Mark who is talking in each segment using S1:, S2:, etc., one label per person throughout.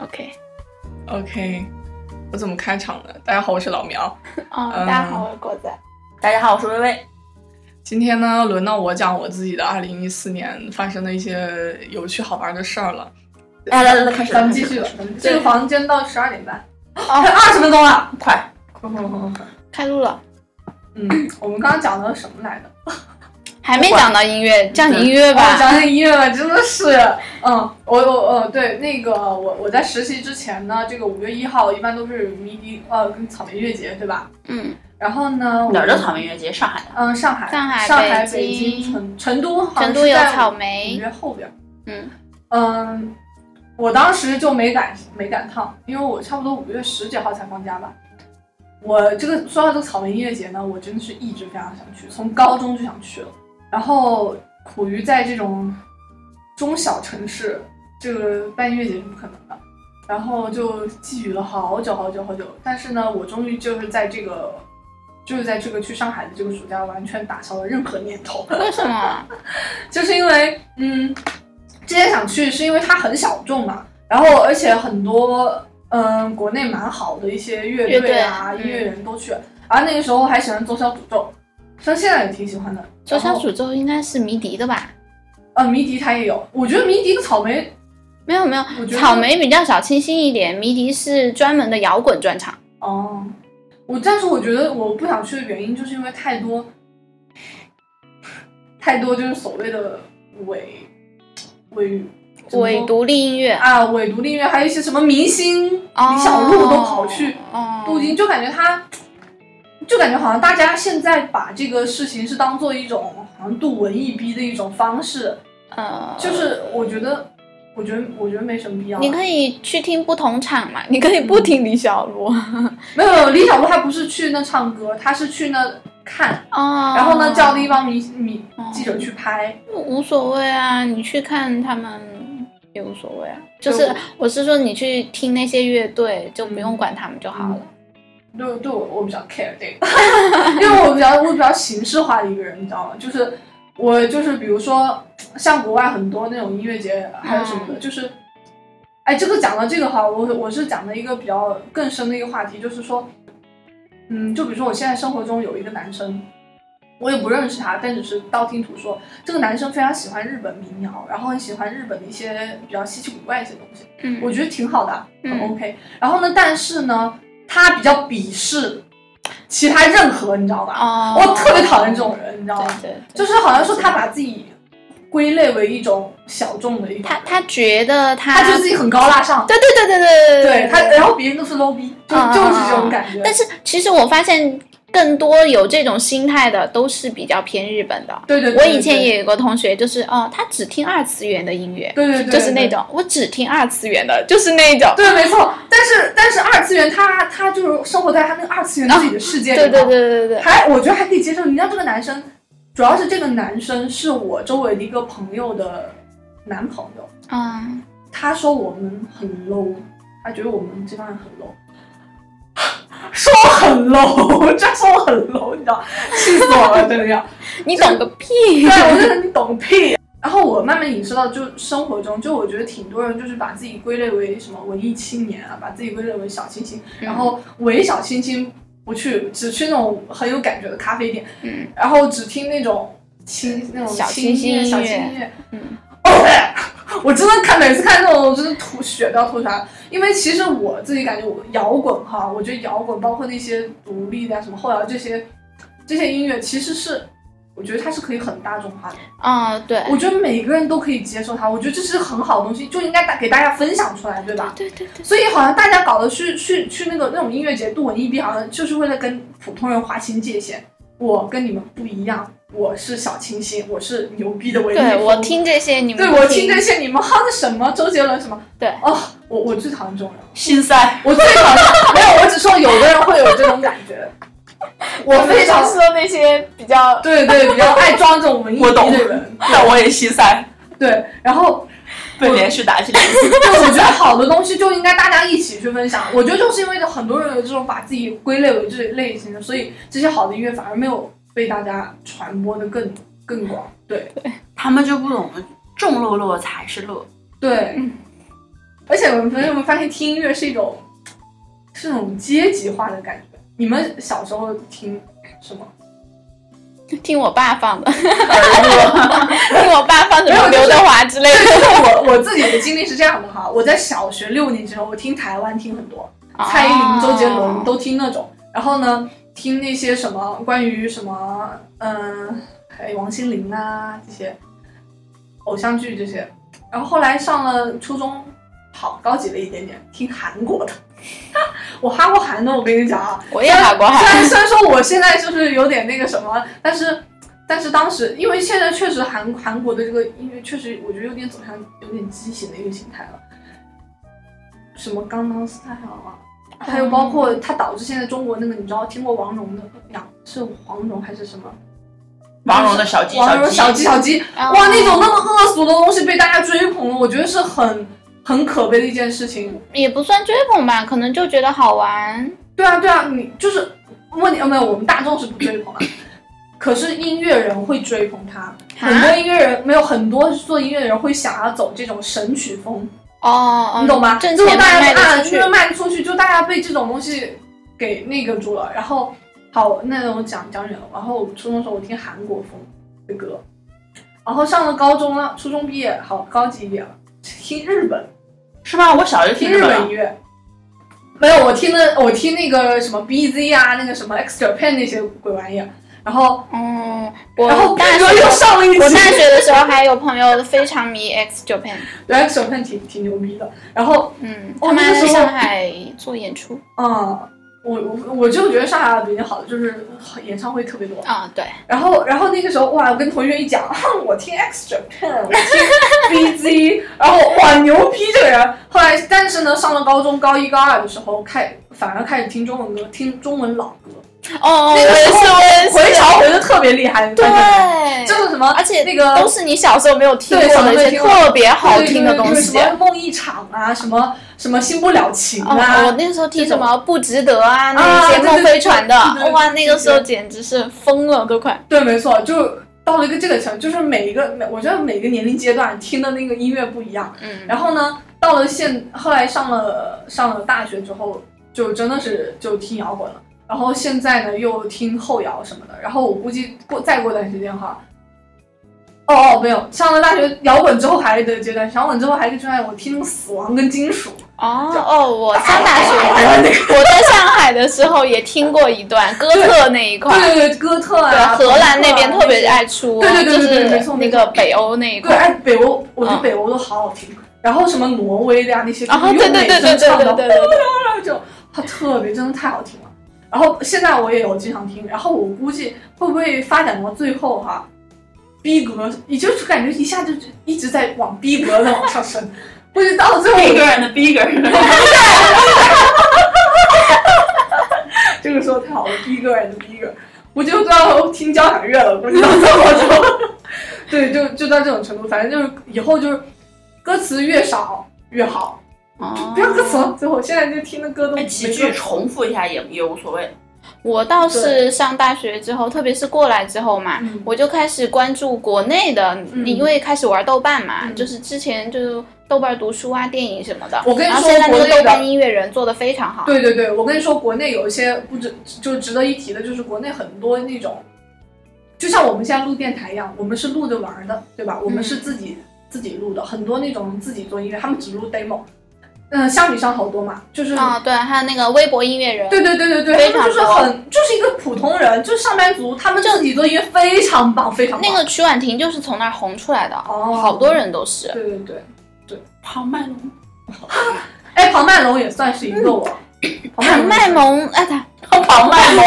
S1: OK，
S2: OK，我怎么开场呢？大家好，我是老苗。
S1: 哦，
S2: 嗯
S1: 大家好，我是果仔。
S3: 大家好，我是薇薇。
S2: 今天呢，轮到我讲我自己的2014年发生的一些有趣好玩的事儿了。
S3: 来来来，开始了，
S4: 咱们继续吧。这个房间到十二点半。
S3: 还哦有二十分钟了，快！
S4: 快快快快快！
S1: 开录了，
S4: 嗯，我们刚刚讲的什么来着？
S1: 还没讲到音乐，讲你音乐
S4: 哦
S1: 吧。
S4: 讲讲音乐吧，真的是，嗯，我我呃，对，那个我我在实习之前呢，这个五月一号一般都是迷笛呃跟草莓音乐节，对吧？
S1: 嗯，
S4: 然后呢，我
S3: 哪儿的草莓音乐节？上海的。
S4: 嗯，上海，
S1: 上海
S4: 上海，
S1: 北
S4: 北
S1: 京
S4: 成成都，好像
S1: 成
S4: 是
S1: 都有
S4: 在
S1: 草
S4: 五
S1: 莓。
S4: 月后边儿。
S1: 嗯
S4: 嗯，我当时就没赶没赶趟，因为我差不多五月十几号才放假吧。我这个说到这个草莓音乐节呢，我真的是一直非常想去，从高中就想去了。然后苦于在这种中小城市，这个办音乐节是不可能的。然后就觊觎了好久好久好久，但是呢，我终于就是在这个，就是在这个去上海的这个暑假，完全打消了任何念头。
S1: 为什么？
S4: 就是因为嗯，之前想去是因为它很小众嘛，然后而且很多嗯国内蛮好的一些乐队啊、
S1: 乐队嗯
S4: 音乐人都去，然后那个时候还喜欢左小诅咒，像现在也挺喜欢的。
S1: 左小
S4: 然后
S1: 诅咒应该是迷笛的吧？
S4: 呃迷笛它也有，我觉得迷笛跟草莓，
S1: 没有没有，
S4: 我觉得
S1: 草莓比较小清新一点，迷笛是专门的摇滚专场。
S4: 哦，我但是我觉得我不想去的原因就是因为太多，太多就是所谓的伪伪怎么说
S1: 伪独立音乐，
S4: 啊伪独立音乐，还有一些什么明星
S1: 哦
S4: 李小璐都跑去。
S1: 哦
S4: 镀金，就感觉他，就感觉好像大家现在把这个事情是当做一种好像镀文艺逼的一种方式，
S1: 呃，
S4: 就是我觉得，我觉得我觉得没什么必要。
S1: 你可以去听不同场嘛，你可以不听李小璐。
S4: 没有没有李小璐，她不是去那唱歌，她是去那看，
S1: 哦，
S4: 然后呢叫了一帮迷迷
S1: 哦
S4: 记者去拍，
S1: 无所谓啊，你去看他们也无所谓啊。就是
S4: 对
S1: 我是说，你去听那些乐队，就不用管他们就好了。
S4: 对对我我比较 care 这个，因为我比较我比较形式化的一个人，你知道吗？就是我就是比如说像国外很多那种音乐节还有什么的，就是，哎，这个讲到这个哈，我我是讲的一个比较更深的一个话题，就是说，嗯，就比如说我现在生活中有一个男生，我也不认识他，但只是道听途说，这个男生非常喜欢日本民谣，然后很喜欢日本的一些比较稀奇古怪一些东西，
S1: 嗯，
S4: 我觉得挺好的啊，很
S1: 嗯
S4: OK。然后呢，但是呢，他比较鄙视其他任何，你知道吧？
S1: 哦，
S4: 我特别讨厌这种人，你知道吗？
S1: 对对，对
S4: 就是好像说他把自己归类为一种小众的一种
S1: 他
S4: 人，
S1: 他觉得他
S4: 他觉得自己很高大上，
S1: 对对对对对
S4: 对他，然后别人都是 low 逼，就
S1: 嗯嗯
S4: 就是这种感觉。
S1: 但是其实我发现，更多有这种心态的都是比较偏日本的。
S4: 对对，对
S1: 我
S4: 对
S1: 以前也有个同学，就是哦，他只听二次元的音乐，
S4: 对对对，
S1: 就是那
S4: 种。
S1: 种我只听二次元的，就是那种。
S4: 对，没错，但是但是二次元他他就是生活在他那个二次元自己的世界里嘛，
S1: 对对对对对，
S4: 还我觉得还可以接受。你知道这个男生，主要是这个男生是我周围的一个朋友的男朋友，
S1: 嗯，
S4: 他说我们很 low，他觉得我们这帮人很 low。说我很 low，这 说我很 low，你知道，气死我了，真的要。
S1: 你懂个屁
S4: 对，！我觉得你懂屁。啊然后我慢慢意识到，就生活中，就我觉得挺多人就是把自己归类为什么文艺青年啊，把自己归类为小清新，然后伪小清新不去，只去那种很有感觉的咖啡店，
S1: 嗯，
S4: 然后只听那种轻那种
S1: 小
S4: 清
S1: 清新
S4: 小
S1: 音乐
S4: 清新音乐，
S1: 嗯，
S4: 哦，哎我真的看每次看这种，我真的吐血都要吐出来了。因为其实我自己感觉我摇滚哈，我觉得摇滚包括那些独立的啊什么后摇这些这些音乐，其实是我觉得它是可以很大众化的，
S1: 啊，对，
S4: 我觉得每个人都可以接受它，我觉得这是很好的东西，就应该大给大家分享出来，对吧？
S1: 对对对，
S4: 所以好像大家搞的去去去那个那种音乐节度文艺逼，好像就是为了跟普通人划清界限。我跟你们不一样，我是小清新，我是牛逼的文艺
S1: 对
S4: 风
S1: 我听这些，你们
S4: 对
S1: 不
S4: 我听这些，你们哼的什么周杰伦什么？
S1: 对
S4: 哦，我我最讨厌这种人，
S3: 心塞。
S4: 我最讨厌没有，我只说有的人会有这种感觉，我非常
S1: 合那些比较
S4: 对对比较爱装这种文艺
S3: 我懂
S4: 逼的人，
S3: 但我也心塞，
S4: 对，然后
S3: 被连续打击两次。
S4: 对我觉得好的东西就应该大家一起去分享，我觉得就是因为有很多人有这种把自己归类为这类型的，所以这些好的音乐反而没有被大家传播的更更广，对
S3: 他们就不懂，众乐乐才是乐。
S4: 对，而且我们朋友们发现听音乐是一种，是那种阶级化的感觉。你们小时候听什么？
S1: 听我爸放的， 听我爸放什么刘德华之类的，
S4: 我我自己的经历是这样的哈，我在小学六年级的时候，我听台湾听很多， 蔡依林、周杰伦
S1: 哦
S4: 都听那种。然后呢，听那些什么关于什么，嗯、还有王心凌啊这些偶像剧这些。然后后来上了初中，好高级了一点点，听韩国的。 我哈过韩的，我跟你讲啊，
S1: 我也喊过
S4: 虽
S1: 喊。
S4: 然虽然说我现在就是有点那个什么，但是但是当时因为现在确实韩韩国的这个音乐确实我觉得有点走向有点畸形的一个形态了，什么刚刚 style 啊，还有包括它导致现在中国那个你知道听过王蓉的杨是黄蓉还是什么
S3: 王蓉的小鸡，
S4: 王蓉
S3: 小
S4: 小鸡小鸡
S1: 哦
S4: 哇那
S1: 啊
S4: 种那么恶俗的东西被大家追捧，我觉得是很很可悲的一件事情。
S1: 也不算追捧吧，可能就觉得好玩。
S4: 对啊，对啊，你就是问你，呃，没有，我们大众是不追捧的，可是音乐人会追捧他，很多音乐人没有很多做音乐人会想要走这种神曲风，
S1: 哦，哦
S4: 你懂吗？
S1: 挣
S4: 如果
S1: 钱
S4: 大
S1: 卖
S4: 家啊，
S1: 得出
S4: 因
S1: 去
S4: 为。卖得出去，就大家被这种东西给那个住了。然后，好，那我讲讲远了。然后我初中的时候我听韩国风的歌，然后上了高中了，初中毕业，好高级一点了，听日本。
S3: 是吧？我小时候
S4: 听
S3: 听
S4: 日
S3: 的
S4: 本音乐。没有，我听的我听那个什么 BZ 啊，那个什么 X Japan 那些鬼玩意儿，然后
S1: 哦，
S4: 然后
S1: 我大
S4: 哥
S1: 学
S4: 又上了一期，
S1: 我大学的时候还有朋友非常迷 X Japan，
S4: X Japan 挺挺牛逼的，然后
S1: 嗯，
S4: 哦
S1: 他们还
S4: 那个
S1: 在
S4: 时候
S1: 上海做演出
S4: 嗯，我我我就觉得上海比较好的就是演唱会特别多，
S1: 啊，对，
S4: 然后，然后那个时候，哇，我跟同学一讲，哼我听 X Japan，我听 BZ，然 后哇，牛逼这个人。后来，但是呢，上了高中高一高二的时候，开反而开始听中文歌，听中文老歌，
S1: 哦，我
S4: 那个
S1: 也
S4: 时
S1: 是，我也是，
S4: 候回潮回的特别厉害，你发现没
S1: 对，
S4: 就是什么，
S1: 而且
S4: 那个
S1: 都是你小时候没有听
S4: 对
S1: 过的一
S4: 小时候
S1: 些
S4: 没听过
S1: 特别好听的
S4: 对对对
S1: 东
S4: 对
S1: 西。
S4: 什么梦一场啊，什么什么新不了情
S1: 哦，
S4: 啊，
S1: 我那时候听什么不值得啊，那
S4: 啊
S1: 些
S4: 对对
S1: 梦飞船的
S4: 对对，对
S1: 哇，那个时候简直是疯了都快。
S4: 对，没错，就到了一个这个程度，就是每一个每，我觉得每个年龄阶段听的那个音乐不一样。
S1: 嗯，
S4: 然后呢，到了现后来上了上了大学之后，就真的是就听摇滚了。然后现在呢，又听后摇什么的。然后我估计过再过段时间哈，哦哦，没有，上了大学摇滚之后还有一个阶段，摇滚之后还有一个阶段，我听死亡跟金属。
S1: 哦哦，我上大
S4: 哎
S1: 学，我在上海的时候也听过一段哥特那一块，
S4: 对对对，哥特
S1: 对，
S4: 啊，
S1: 荷兰
S4: 朋克啊
S1: 那边特别爱出，
S4: 对对对
S1: 就
S4: 对对
S1: 是
S4: 没错
S1: 那
S4: 没错
S1: 个北欧那一
S4: 对，
S1: 块。
S4: 哎，北欧，我觉得
S1: 嗯
S4: 北欧都好好听。然后什么挪威的呀、那些，
S1: 啊，
S4: 用
S1: 对对
S4: 美
S1: 对对
S4: 声
S1: 对
S4: 唱
S1: 对
S4: 的，
S1: 对对对，
S4: 就它特别真的太好听了。然后现在我也有经常听，然后我估计会不会发展到最后哈、逼格也就是感觉一下就一直在往逼格的往上升，估计到最后一
S3: bigger and bigger，
S4: 这个说太好了，逼格 and 逼格，我就到听交响乐了，估计到最后就，对，就就到这种程度，反正就是以后就是歌词越少越好，不要歌词了，最后现在就听的歌都
S3: 那
S4: 没
S3: 哎几
S4: 歌
S3: 句重复一下也也无所谓。
S1: 我倒是上大学之后，特别是过来之后嘛，
S4: 嗯
S1: 我就开始关注国内的，
S4: 嗯
S1: 因为开始玩豆瓣嘛，
S4: 嗯
S1: 就是之前就是豆瓣读书啊、电影什么的。
S4: 我跟你
S1: 然后
S4: 说
S1: 现在那个
S4: 国内的
S1: 豆瓣音乐人做的非常好。
S4: 对对对，我跟你说，国内有一些不值就值得一提的，就是国内很多那种，就像我们现在录电台一样，我们是录着玩儿的，对吧？我们是自己、自己录的，很多那种自己做音乐，他们只录 demo。嗯、相比上好多嘛，就是、
S1: 啊、对，还有那个微博音乐人，
S4: 对对对对
S1: 非
S4: 对，
S1: 常
S4: 他们就是很就是一个普通人，就是上班族，他们自己做音乐非常棒，非常棒。
S1: 那个曲婉婷就是从那儿红出来的，
S4: 哦
S1: 好多人都是。
S4: 对对对，
S3: 庞麦隆，
S4: 哎，庞麦隆也算是一个我。
S1: 唐麦萌，哎， 他
S3: 庞麦 隆，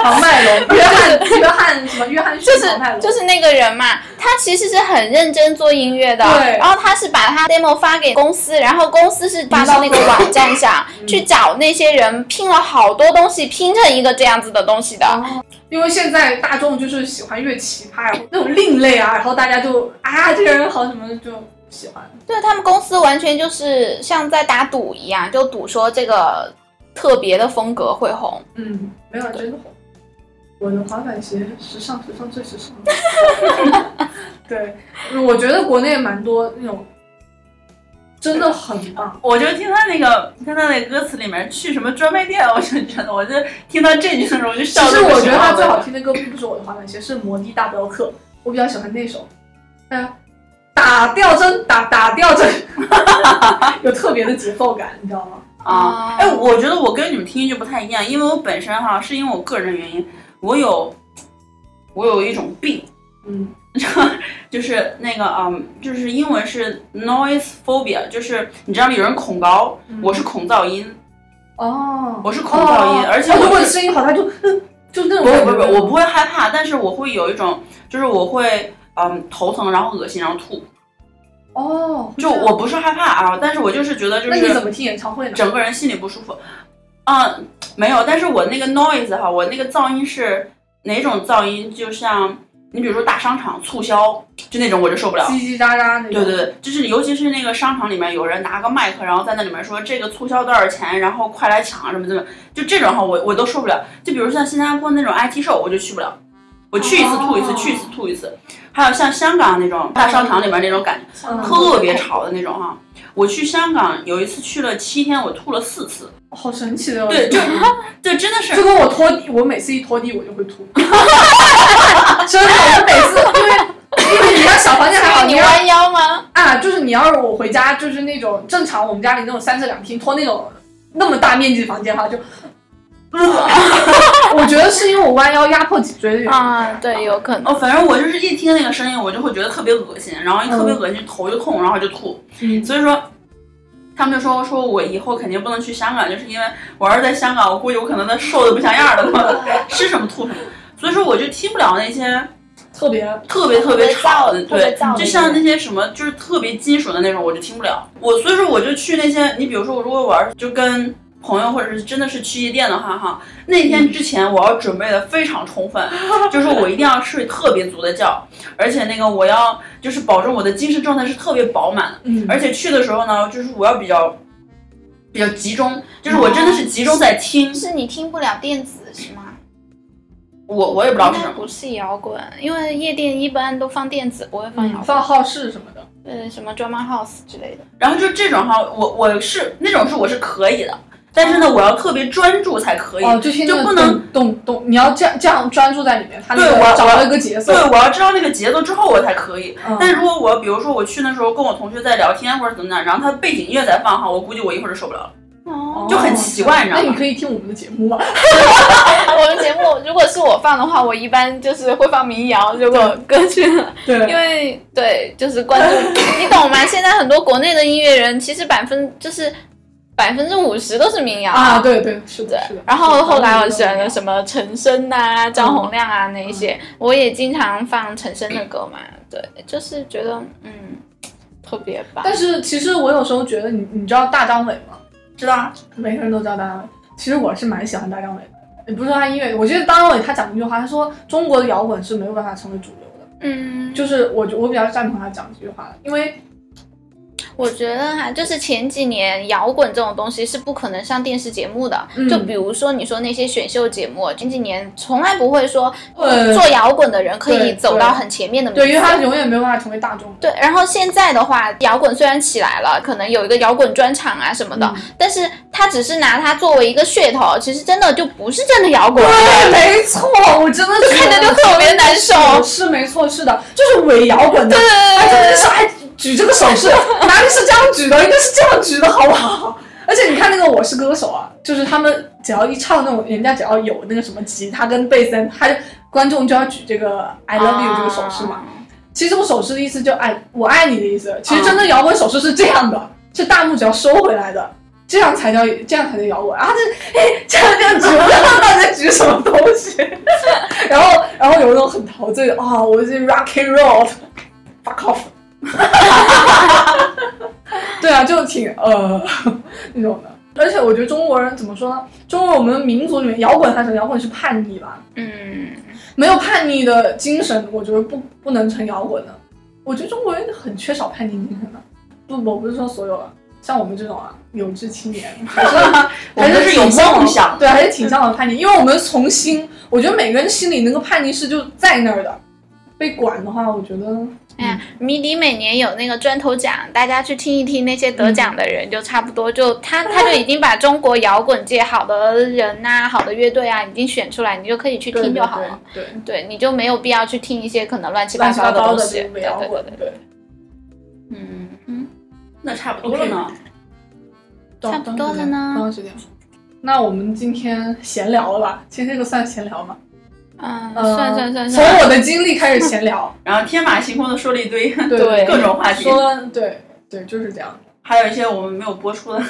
S4: 庞麦隆，约翰约翰什么约翰逊，
S1: 就是
S4: 庞麦隆，
S1: 就是那个人嘛，他其实是很认真做音乐的，
S4: 对
S1: 然后他是把他 demo 发给公司，然后公司是发到那个网站上
S4: 嗯
S1: 去找那些人拼了好多东西，拼成一个这样子的东西的。
S4: 嗯
S3: 哦
S4: 因为现在大众就是喜欢越奇葩，然后那种另类啊，然后大家就啊，这个人好什么就喜欢。
S1: 对他们公司完全就是像在打赌一样，就赌说这个特别的风格会红。
S4: 嗯，没有真的火。我的滑板鞋时尚，时尚最时尚。 对，我觉得国内蛮多那种真的很棒。
S3: 我就听他那个，听他那个歌词里面去什么专卖店，我就觉得，我就听到这句的时候，我就
S4: 其
S3: 笑
S4: 实
S3: 得不
S4: 我觉
S3: 行啊
S4: 得他最好
S3: 了。
S4: 听的歌并不是我的滑板鞋，是《摩的大镖客》，我比较喜欢那首。嗯、打吊针，打打吊 针， 有特别的节奏感，你知道吗？
S3: 啊，
S4: 哦
S1: 啊
S3: 哎，我觉得我跟你们听就不太一样，因为我本身哈是因为我个人原因，我有我有一种病，
S4: 嗯，
S3: 就是那个嗯，就是英文是 noise phobia，就是你知道吗？有人恐高，
S4: 嗯
S3: 我是恐噪音，
S4: 哦，
S3: 我是恐噪音，
S4: 哦
S3: 而且
S4: 哦如
S3: 我
S4: 果
S3: 是
S4: 你声音好，他就嗯，就那种
S3: 不
S4: 感觉。
S3: 不不，我不会害怕，但是我会有一种，就是我会嗯头疼，然后恶心，然后吐。
S4: 哦，
S3: 就我不是害怕啊，但是我就是觉得就
S4: 那你
S3: 是
S4: 怎么听演唱会呢？
S3: 整个人心里不舒服。嗯，没有，但是我那个 noise 哈，我那个噪音是哪种噪音？就像你比如说大商场促销，就那种我就受不了。
S4: 叽叽喳喳那种。
S3: 啊对对对，就是尤其是那个商场里面有人拿个麦克，然后在那里面说这个促销多少钱，然后快来抢什么什么，就这种哈，我我都受不了。就比如像新加坡那种 IT 售，我就去不了，我去一次吐一次，
S4: 哦
S3: 去一次吐一次。还有像香港那种大商场里面那种感觉，
S4: 嗯，
S3: 特别吵的那种哈。我去香港有一次去了七天，我吐了四次，
S4: 好神奇的。
S3: 对，就 就真的是
S4: 就跟我拖地，我每次一拖地我就会吐， 真的，我每次因为因为你家小房间还好，
S1: 你
S4: 要
S1: 弯腰吗？
S4: 啊，就是你要是我回家就是那种正常我们家里那种三室两厅拖那种那么大面积的房间哈， 就，我觉得是因为我弯腰压迫脊椎的原因。
S1: 啊，对，有可能。
S3: 哦，反正我就是一听那个声音，我就会觉得特别恶心，然后一特别恶心，头就痛，然后就吐。
S4: 嗯
S3: 所以说，他们就说说我以后肯定不能去香港，就是因为我要是在香港，我估计我可能都瘦的不像样儿了，吃什么吐什么。所以说，我就听不了那些
S4: 特别
S3: 特别特别吵的，
S1: 特别
S3: 对
S1: 噪，
S3: 就像那些什么就是特别金属的那种，我就听不了。我所以说，我就去那些，你比如说，我如果玩就跟。朋友或者是真的是去夜店的话，哈，那天之前我要准备的非常充分，就是我一定要睡特别足的觉，而且那个我要就是保证我的精神状态是特别饱满的，
S4: 嗯
S3: 而且去的时候呢，就是我要比较比较集中，就是我真的是集中在听，
S1: 是你听不了电子是吗？
S3: 我我也不知道
S1: 应
S3: 是什
S1: 该
S3: 么，
S1: 不是摇滚，因为夜店一般都放电子，不会放摇滚，
S4: 嗯放好事什么的，
S1: 呃，什么 drama house 之类的。
S3: 然后就这种哈，我我是那种是我是可以的，但是呢，我要特别专注才可以，
S4: 哦，就听那
S3: 就
S4: 个
S3: 不能
S4: 动动动，你要这样这样专注在里面，他那
S3: 对
S4: 个
S3: 我
S4: 找到一个节奏
S3: 对，，我要知道那个节奏之后我才可以。
S4: 嗯
S3: 但如果我比如说我去那时候跟我同学在聊天或者怎么样，然后他背景音乐在放哈，我估计我一会儿就受不了了。
S1: 哦
S3: 就很奇怪你知道
S4: 那
S3: 吗
S4: 你可以听我们的节目 吗？
S1: 我们节目如果是我放的话，我一般就是会放民谣，如果歌曲，
S4: 对，
S1: 因为对，就是关注，你懂吗？现在很多国内的音乐人，其实百分就是百分之五十都是民谣
S4: 啊，。对对，是
S1: 对
S4: 的，是的。，
S1: 然后后来我选了
S4: 了
S1: 什么陈升呐、张洪量啊那一些，
S4: 嗯
S1: 我也经常放陈升的歌嘛。对，就是觉得嗯特别棒。
S4: 但是其实我有时候觉得你，你知道大张伟吗？
S3: 知道啊，
S4: 每个人都知道大张伟。其实我是蛮喜欢大张伟的，也不是说他音乐，我觉得大张伟他讲一句话，他说中国的摇滚是没有办法成为主流的，
S1: 嗯，
S4: 就是我我比较赞同他讲这句话的，因为
S1: 我觉得哈、就是前几年摇滚这种东西是不可能上电视节目的。
S4: 嗯
S1: 就比如说你说那些选秀节目，前几年从来不会说、
S4: 呃
S1: 做摇滚的人可
S4: 对
S1: 以走到
S4: 对
S1: 很前面的名次。
S4: 对，因为他永远没有办法成为大众。
S1: 对，然后现在的话，摇滚虽然起来了，可能有一个摇滚专场啊什么的，
S4: 嗯
S1: 但是他只是拿它作为一个噱头，其实真的就不是真的摇滚。啊
S4: 对，没错，我真的
S1: 就看着就特别难受
S4: 是没错，是的，就是伪摇滚的，他真的
S1: 对
S4: 是还举这个手 势，哪里是这样举的，应该是这样举的，好不好？而且你看那个《我是歌手》啊，就是他们只要一唱那种，人家只要有那个什么吉他跟贝斯，他就观众就要举这个 I love you 这个手势嘛。其实这个手势的意思就爱我爱你的意思。其实真的摇滚手势是这样的，是大幕只要收回来的，这样才叫这样才叫摇滚啊！这哎这样这样举，我不知道他在举什么东西。 然后然后有那种很陶醉的啊、我是 rock and roll，fuck off。对啊，就挺呃那种的。而且我觉得中国人怎么说呢？中国我们民族里面摇滚还是摇滚是叛逆吧，
S1: 嗯，
S4: 没有叛逆的精神，我觉得不不能成摇滚的。我觉得中国人很缺少叛逆精神的。不，我不是说所有啊，像我们这种啊有志青年， 还是
S3: 我们
S4: 还
S3: 都
S4: 是
S3: 是有
S4: 挺向往
S3: 梦想的
S4: 对，还是挺向往叛逆，因为我们从心，我觉得每个人心里那个叛逆是就在那儿的。被管的话，我觉得
S1: 哎呀，迷笛每年有那个砖头奖，大家去听一听那些得奖的人，就差不多就 他他就已经把中国摇滚界好的人呐、好的乐队啊，已经选出来，你就可以去听就好了。
S4: 对。对
S1: 对你就没有必要去听一些可能乱七八
S4: 乱七八
S1: 糟的
S4: 糟
S1: 东
S4: 的
S1: 西。
S4: 这种
S1: 对
S4: 摇
S1: 对对
S4: 滚，
S1: 对，
S4: 对，
S3: 嗯嗯，那差不多了呢。
S1: 差不多了呢
S4: 刚刚十点。那我们今天闲聊了吧？其实这个算闲聊吗？
S1: 嗯，
S4: 呃
S1: 算算算
S4: 从
S1: 算，
S4: 我的经历开始 闲聊，
S3: 然后天马行空的说了一堆
S1: 对
S3: 各种话题，
S4: 说对对，就是这样。
S3: 还有一些我们没有播出的。